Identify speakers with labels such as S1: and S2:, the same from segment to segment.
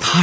S1: 他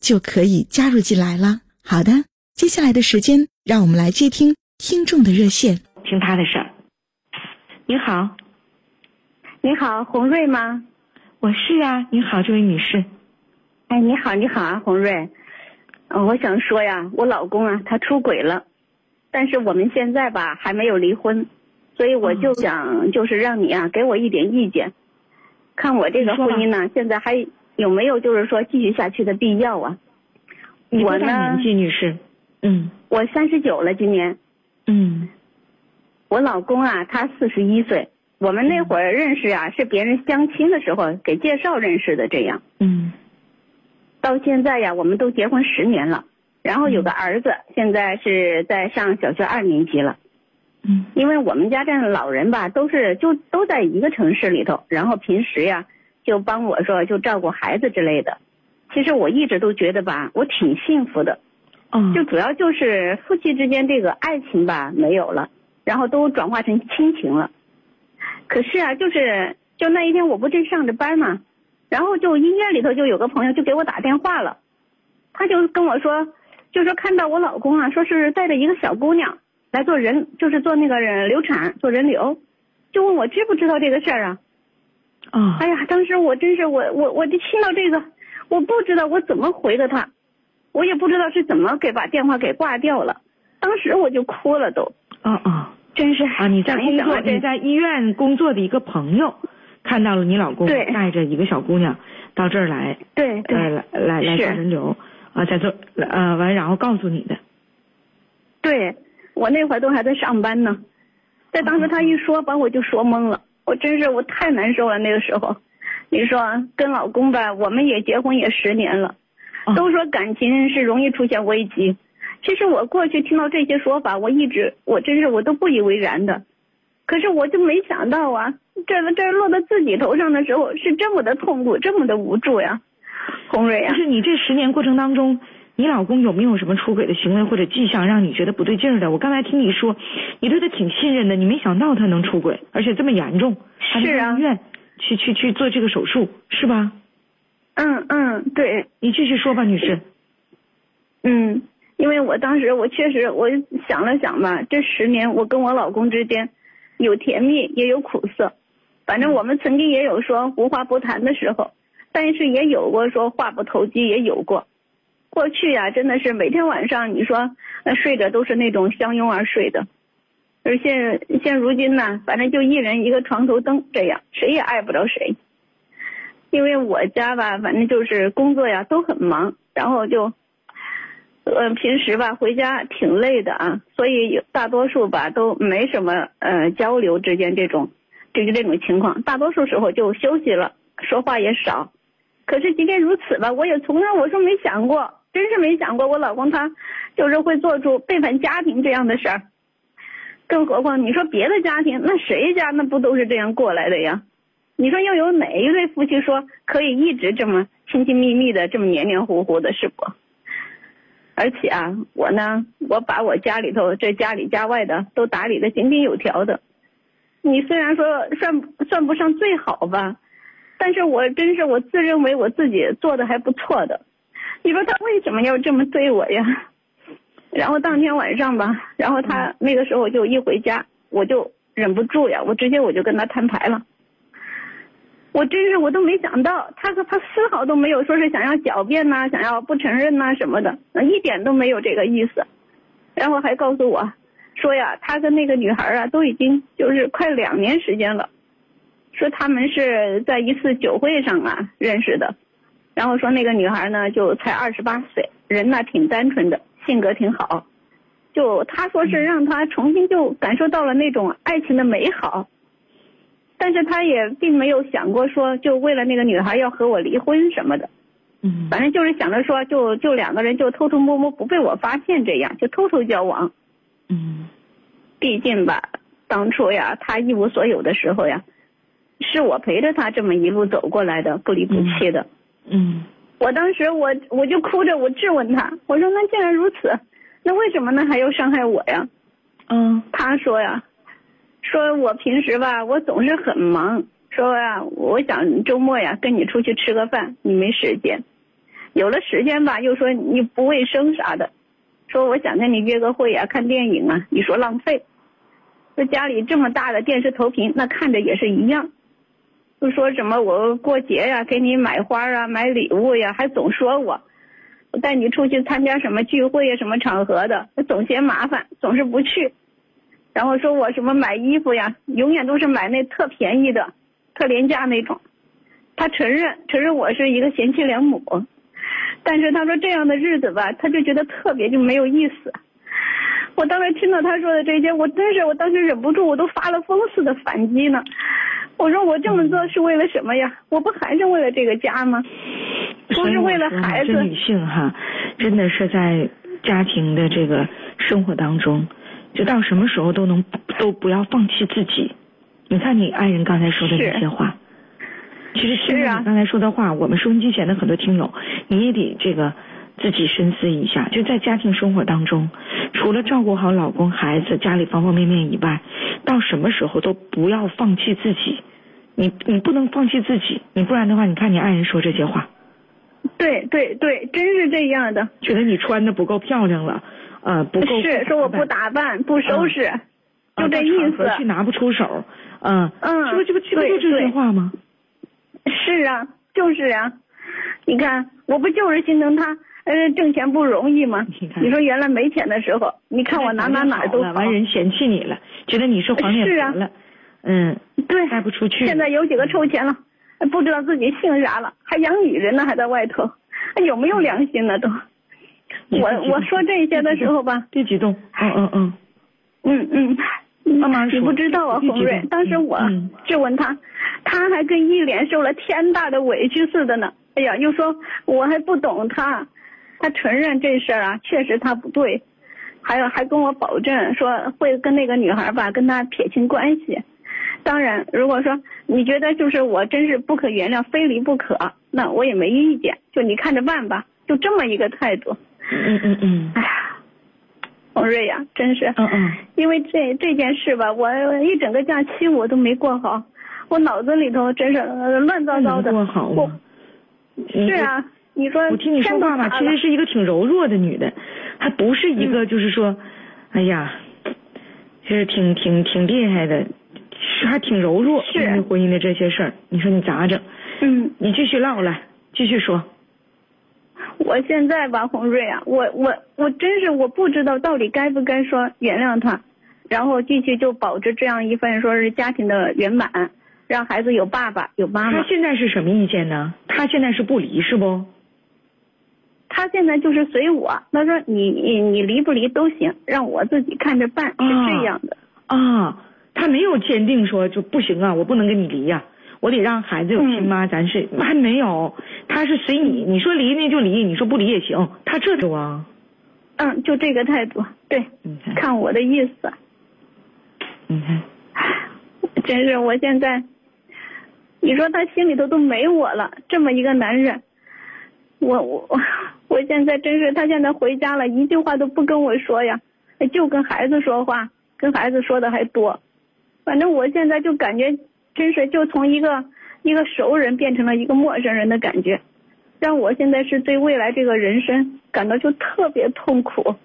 S2: 就可以加入进来了。好的，接下来的时间，让我们来接听听众的热线。
S3: 听他的事儿。你好，
S4: 你好，洪瑞吗？
S3: 我是啊。你好，这位女士。
S4: 哎，你好，你好啊，洪瑞。呃，我想说呀，我老公啊，他出轨了，但是我们现在吧还没有离婚，所以我
S3: 哦
S4: 就想就是让你啊给我一点意见，看我这个
S3: 你说
S4: 婚
S3: 吧
S4: 姻呢现在还有没有就是说继续下去的必要啊？
S3: 你
S4: 我
S3: 多大
S4: 呢
S3: 年，纪，女士？嗯
S4: 我三十九了，今年
S3: 嗯
S4: 我老公啊他四十一岁，我们那会儿认识啊是别人相亲的时候给介绍认识的，这样。
S3: 嗯
S4: 到现在呀，我们都结婚十年了，然后
S3: 嗯
S4: 有个儿子，现在是在上小学二年级了。
S3: 嗯
S4: 因为我们家这老人吧，都是就都在一个城市里头，然后平时呀就帮我说就照顾孩子之类的。其实我一直都觉得吧，我挺幸福的，
S3: 哦，
S4: 就主要就是夫妻之间这个爱情吧没有了，然后都转化成亲情了。可是啊，就是就那一天我不正上着班嘛，然后就医院里头就有个朋友就给我打电话了，他就跟我说，就说看到我老公啊，说是带着一个小姑娘来做人，就是做那个人流产做人流，就问我知不知道这个事儿啊？
S3: 哦
S4: 哎呀，当时我真是我我我就听到这个，我不知道我怎么回的他，我也不知道是怎么给把电话给挂掉了，当时我就哭了都，
S3: 哦哦
S4: 真是
S3: 啊！你在
S4: 想一
S3: 工
S4: 想
S3: 作，
S4: 啊这
S3: 你在医院工作的一个朋友看到了你老公
S4: 对
S3: 带着一个小姑娘到这儿来，
S4: 对对、
S3: 呃，来来
S4: 是
S3: 来做人流啊，在做呃完，然后告诉你的。
S4: 对，我那会儿都还在上班呢，在当时他一说，把我就说懵了，我真是我太难受了那个时候，你说跟老公吧，我们也结婚也十年了。
S3: 哦
S4: 都说感情是容易出现危机，其实我过去听到这些说法，我一直我真是我都不以为然的，可是我就没想到啊，这这落到自己头上的时候是这么的痛苦，这么的无助呀，啊红蕊呀
S3: 就，是你这十年过程当中，你老公有没有什么出轨的行为或者迹象让你觉得不对劲儿的？我刚才听你说，你对他挺信任的，你没想到他能出轨，而且这么严重，还能
S4: 是啊
S3: 上医院去去去做这个手术，是吧？
S4: 嗯嗯，对，
S3: 你继续说吧，女士。
S4: 嗯，因为我当时我确实我想了想吧，这十年我跟我老公之间有甜蜜也有苦涩，反正我们曾经也有说无话不谈的时候，但是也有过说话不投机也有过。过去呀、真的是每天晚上你说呃睡着都是那种相拥而睡的，而现现如今呢，反正就一人一个床头灯这样，谁也爱不着谁。因为我家吧，反正就是工作呀都很忙，然后就呃，平时吧回家挺累的啊，所以有大多数吧都没什么呃交流之间这种，就是这种情况，大多数时候就休息了，说话也少。可是即便如此吧，我也从来我说没想过，真是没想过我老公他就是会做出背叛家庭这样的事儿。更何况你说别的家庭，那谁家那不都是这样过来的呀？你说又有哪一对夫妻说可以一直这么亲亲密密的，这么黏黏糊糊的，是不？而且啊，我呢，我把我家里头这家里家外的都打理的井井有条的。你虽然说算算不上最好吧，但是我真是我自认为我自己做的还不错的。你说他为什么要这么对我呀？然后当天晚上吧，然后他那个时候就一回家，我就忍不住呀，我直接我就跟他摊牌了。我真是我都没想到，他和他丝毫都没有说是想要狡辩呐、想要不承认呐、什么的，一点都没有这个意思。然后还告诉我，说呀，他跟那个女孩啊，都已经就是快两年时间了，说他们是在一次酒会上啊认识的，然后说那个女孩呢就才二十八岁，人呢挺单纯的，性格挺好，就他说是让他重新就感受到了那种爱情的美好。但是他也并没有想过说，就为了那个女孩要和我离婚什么的，
S3: 嗯
S4: 反正就是想着说，就就两个人就偷偷摸摸不被我发现这样，就偷偷交往。
S3: 嗯
S4: 毕竟吧，当初呀，他一无所有的时候呀，是我陪着他这么一路走过来的，不离不弃的。
S3: 嗯
S4: 我当时我我就哭着，我质问他，我说那既然如此，那为什么呢还要伤害我呀？
S3: 嗯
S4: 他说呀，说我平时吧，我总是很忙，说呀，我想周末呀跟你出去吃个饭，你没时间。有了时间吧，又说你不卫生啥的，说我想跟你约个会呀，看电影啊，你说浪费。说家里这么大的电视投屏，那看着也是一样。就说什么我过节呀、给你买花啊，买礼物呀，还总说我，我带你出去参加什么聚会呀、什么场合的，总嫌麻烦，总是不去。然后说我什么买衣服呀，永远都是买那特便宜的、特廉价那种。他承认承认我是一个贤妻良母，但是他说这样的日子吧，他就觉得特别就没有意思。我当时听到他说的这些，我真是我当时忍不住，我都发了疯似的反击呢。我说我这么
S3: 嗯
S4: 做是为了什么呀？我不还是为了这个家吗？不
S3: 所以
S4: 是
S3: 我
S4: 为了
S3: 说啊
S4: 孩子
S3: 这，女性哈，真的是在家庭的这个生活当中，就到什么时候都能都不要放弃自己。你看你爱人刚才说的
S4: 是
S3: 那些话，其实听
S4: 是
S3: 了
S4: 啊
S3: 你刚才说的话，我们收音机前的很多听友，你也得这个自己深思一下。就在家庭生活当中，除了照顾好老公、孩子、家里方方面面以外，到什么时候都不要放弃自己。你你不能放弃自己，你不然的话，你看你爱人说这些话，
S4: 对对对，真是这样的。
S3: 觉得你穿的不够漂亮了，呃，不够
S4: 是说我不
S3: 打
S4: 打扮、不收
S3: 嗯
S4: 拾，
S3: 扮，
S4: 就这
S3: 呃
S4: 意
S3: 到场合
S4: 思
S3: 去拿不出手，嗯，
S4: 嗯
S3: 这不这不这不就
S4: 对
S3: 这些
S4: 对
S3: 话吗？
S4: 是啊，就是啊，你看，我不就是心疼他，呃，挣钱不容易吗？
S3: 你看
S4: 你说原来没钱的时候，你看我哪哪哪儿都
S3: 哎
S4: 好，
S3: 了完人嫌弃你了，觉得你是黄脸
S4: 是啊
S3: 婆了，嗯，
S4: 对，
S3: 带不出去，
S4: 现在有几个臭钱了，不知道自己姓啥了，还养女人呢，还在外头，还有没有良心呢都？
S3: 你
S4: 我
S3: 自己
S4: 我说这些的时候吧，
S3: 别激动，嗯嗯嗯，
S4: 嗯嗯，
S3: 慢慢
S4: 你
S3: 说
S4: 不知道啊，
S3: 你
S4: 红
S3: 别激
S4: 瑞
S3: 动，
S4: 当时我
S3: 嗯
S4: 质问他，他还跟一脸受了天大的委屈似的呢。哎呀，又说我还不懂他，他承认这事儿啊，确实他不对，还有还跟我保证说会跟那个女孩吧，跟他撇清关系。当然，如果说你觉得就是我真是不可原谅，非离不可，那我也没意见，就你看着办吧，就这么一个态度。
S3: 嗯嗯嗯
S4: 哎呀，红瑞呀、真是，
S3: 嗯嗯，
S4: 因为这这件事吧，我一整个假期我都没过好，我脑子里头真是呃乱糟
S3: 那
S4: 糟
S3: 能
S4: 的。
S3: 多嗯好啊嗯
S4: 我
S3: 吗？你
S4: 是，啊，你说
S3: 我听你说
S4: 山都
S3: 话吧，
S4: 塌
S3: 其
S4: 了嗯
S3: 实是一个挺柔弱的女的，还不是一个就是说，哎呀，就是挺挺挺厉害的，是还挺柔弱。
S4: 是
S3: 面对婚姻的这些事儿，你说你咋整？
S4: 嗯，
S3: 你继续唠来，继续说。
S4: 啊我现在吧，红瑞啊，我我我真是我不知道到底该不该说原谅他，然后继续就保持这样一份说是家庭的圆满，让孩子有爸爸有妈
S3: 她
S4: 妈。
S3: 现在是什么意见呢？她现在是不离是不？
S4: 他现在就是随我，他说你你你离不离都行，让我自己看着办，
S3: 啊
S4: 是这样的。
S3: 啊，她没有坚定说就不行啊，我不能跟你离呀、我得让孩子有
S4: 嗯
S3: 亲妈，咱是还没有，她是随你，你说离那就离，你说不离也行，她这种啊，
S4: 嗯，就这个态度，对，
S3: 你看，
S4: 看我的意思。
S3: 你看，
S4: 真是，我现在，你说他心里头都没我了，这么一个男人，我我我我现在真是，他现在回家了，一句话都不跟我说呀，就跟孩子说话，跟孩子说的还多。反正我现在就感觉，真是就从一个一个熟人变成了一个陌生人的感觉，让我现在是对未来这个人生感到就特别痛苦。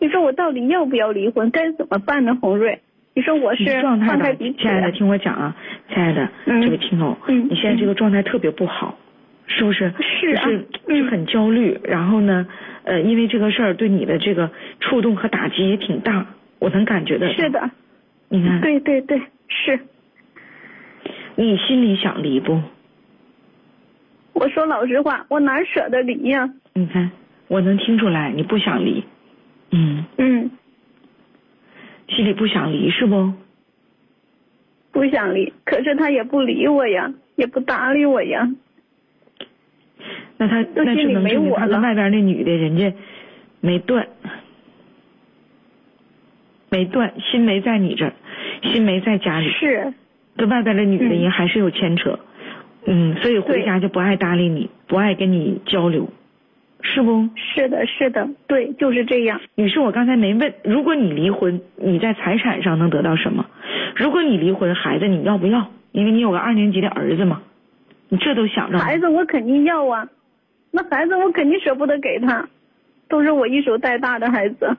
S4: 你说我到底要不要离婚？该怎么办呢，红瑞？你说我是
S3: 状态
S4: 放开
S3: 吧
S4: 彼，此
S3: 亲爱的，听我讲啊，亲爱的，
S4: 嗯
S3: 这个听友，
S4: 嗯
S3: 你现在这个状态特别不好，是不是？
S4: 是啊
S3: 就是
S4: 嗯
S3: 就很焦虑，然后呢，呃，因为这个事儿对你的这个触动和打击也挺大，我能感觉得到。
S4: 是，的，
S3: 你看，
S4: 对对对，是。
S3: 你心里想离不？
S4: 我说老实话，我哪舍得离呀、
S3: 你看，我能听出来你不想离，嗯，
S4: 嗯，
S3: 心里不想离是不？
S4: 不想离，可是他也不理我呀，也不搭理我呀。
S3: 那他
S4: 都
S3: 那
S4: 心
S3: 只
S4: 里
S3: 能
S4: 没
S3: 证明
S4: 我
S3: 他跟
S4: 了
S3: 外边那女的人家没断，没断，心没在你这儿，心没在家里，
S4: 是，
S3: 跟外边的女的
S4: 嗯
S3: 人还是有牵扯，嗯所以回
S4: 对
S3: 家就不爱搭理你，不爱跟你交流，是不？
S4: 是的，是的，对，就是这样。
S3: 女士，我刚才没问，如果你离婚，你在财产上能得到什么？如果你离婚，孩子你要不要？因为你有个二年级的儿子嘛，你这都想着吗
S4: 孩子我肯定要啊，那孩子我肯定舍不得给他，都是我一手带大的孩子。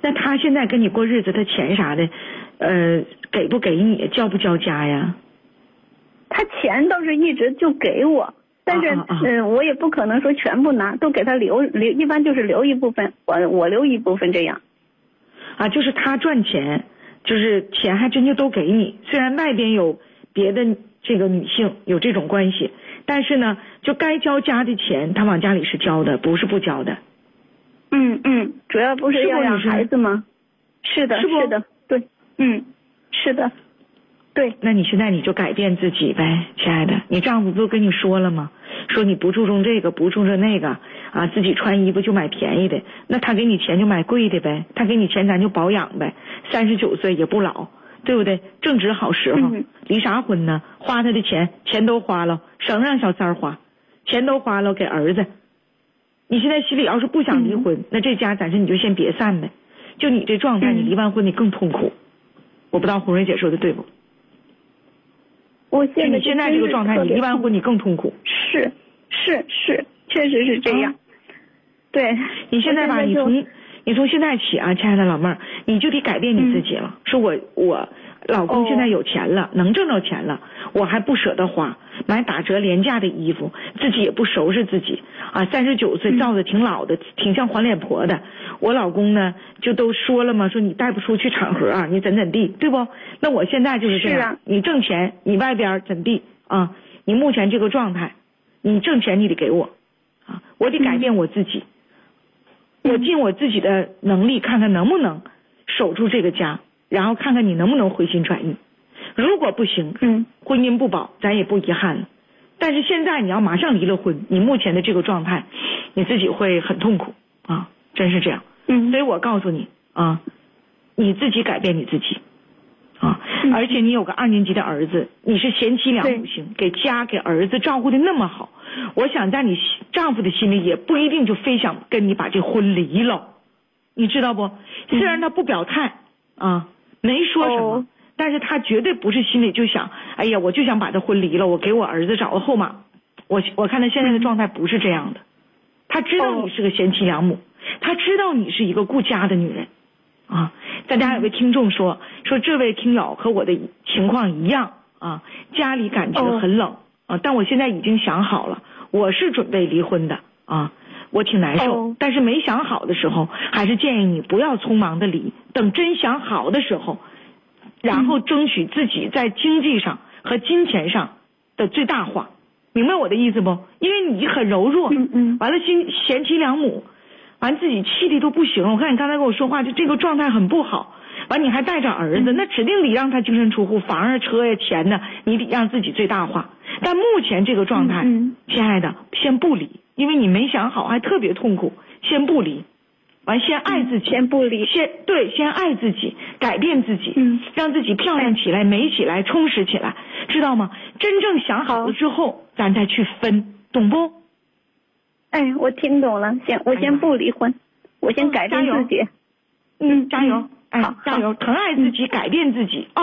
S3: 那他现在跟你过日子，他钱啥的，呃，给不给你，交不交家呀？
S4: 他钱倒是一直就给我，但是
S3: 啊啊啊
S4: 嗯，我也不可能说全部拿，都给他留留，一般就是留一部分，我我留一部分这样。
S3: 啊，就是他赚钱，就是钱还真就都给你。虽然外边有别的这个女性有这种关系，但是呢，就该交家的钱，他往家里是交的，不是不交的。
S4: 嗯嗯，主要不
S3: 是
S4: 是
S3: 不
S4: 要养
S3: 女士
S4: 孩子吗？是的，
S3: 是不
S4: 是的，对，嗯，是的，对，
S3: 那你现在你就改变自己呗，亲爱的。你丈夫不跟你说了吗？说你不注重这个，不注重那个啊，自己穿衣服就买便宜的。那他给你钱就买贵的呗，他给你钱咱就保养呗。三十九岁也不老，对不对？正值好时候，
S4: 嗯
S3: 离啥婚呢？花他的钱，钱都花了，省让小三儿花，钱都花了给儿子。你现在心里要是不想
S4: 嗯
S3: 离婚，那这家暂时你就先别散呗。就你这状态，
S4: 嗯
S3: 你离完婚你更痛苦。我不知道红蕊姐说的对不？
S4: 我
S3: 就
S4: 现在
S3: 你现在这个状态，你离完
S4: 婚
S3: 婚你更痛苦。
S4: 是是是，确实是这样。
S3: 啊
S4: 对，
S3: 你现在吧，
S4: 我
S3: 你
S4: 就
S3: 从你从现在起啊，亲爱的老妹儿，你就得改变你自己了。说我我老公
S4: 嗯哦
S3: 现在有钱了，能挣着钱了，我还不舍得花，买打折廉价的衣服，自己也不收拾自己啊。三十九岁，
S4: 嗯
S3: 造的挺老的，挺像黄脸婆的。我老公呢，就都说了嘛，说你带不出去场合、啊，你怎怎地，对不？那我现在就是这
S4: 是
S3: 样，
S4: 啊
S3: 你挣钱，你外边儿怎地啊？你目前这个状态，你挣钱你得给我啊，我得
S4: 嗯
S3: 改变我自己。我尽我自己的能力，看看能不能守住这个家，然后看看你能不能回心转意。如果不行，
S4: 嗯
S3: 婚姻不保，咱也不遗憾了。但是现在你要马上离了婚，你目前的这个状态，你自己会很痛苦啊，真是这样。
S4: 嗯
S3: 所以我告诉你啊，你自己改变你自己啊，
S4: 嗯
S3: 而且你有个二年级的儿子，你是贤妻良母型，给家给儿子照顾的那么好，我想在你心丈夫的心里也不一定就非想跟你把这婚离了，你知
S4: 嗯
S3: 道不？虽然他不表态啊，没说什么。
S4: 哦
S3: 但是他绝对不是心里就想，哎呀，我就想把他婚离了，我给我儿子找个后妈。我我看他现在的状态不是这样的，他知道你是个贤妻良母，他知道你是一个顾家的女人，啊，大家有位听众说说这位听友和我的情况一样啊，家里感觉很冷、啊，但我现在已经想好了，我是准备离婚的啊，我挺难受，
S4: 哦
S3: 但是没想好的时候，还是建议你不要匆忙的离，等真想好的时候，然后争取自己在经济上和金钱上的最大化，明白我的意思不？因为你很柔弱，
S4: 嗯嗯
S3: 完了心贤妻良母，完自己气的都不行了。我看你刚才跟我说话，就这个状态很不好。完你还带着儿
S4: 嗯
S3: 子，那指定得让他净身出户，房啊、车呀、钱呢，你得让自己最大化。但目前这个状态，
S4: 嗯
S3: 亲爱的，先不离，因为你没想好，还特别痛苦，先不离。完，先爱自己，
S4: 先不离
S3: 先对，先爱自己，改变自己，
S4: 嗯
S3: 让自己漂亮起来、美起来、充实起来，知道吗？真正想好了
S4: 好
S3: 之后，咱再去分，懂不？
S4: 哎，我听懂了，行，我
S3: 哎呀
S4: 先不离婚，我
S3: 嗯
S4: 先改
S3: 加
S4: 变
S3: 油
S4: 自己。
S3: 嗯，加油
S4: 嗯，
S3: 哎
S4: 好，嗯
S3: 加油，疼爱自己，改变自己啊！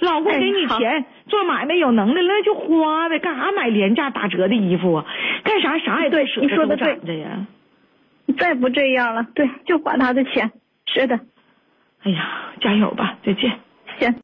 S3: 老公
S4: 哎
S3: 给你
S4: 好
S3: 钱，做买卖有能耐那就花呗，干啥买廉价打折的衣服啊？干啥啥也不
S4: 对
S3: 舍
S4: 你
S3: 得
S4: 说
S3: 都
S4: 得对
S3: 攒着呀？
S4: 再不这样了，对，就花他的钱。是的，
S3: 哎呀，加油吧，再见。
S4: 行。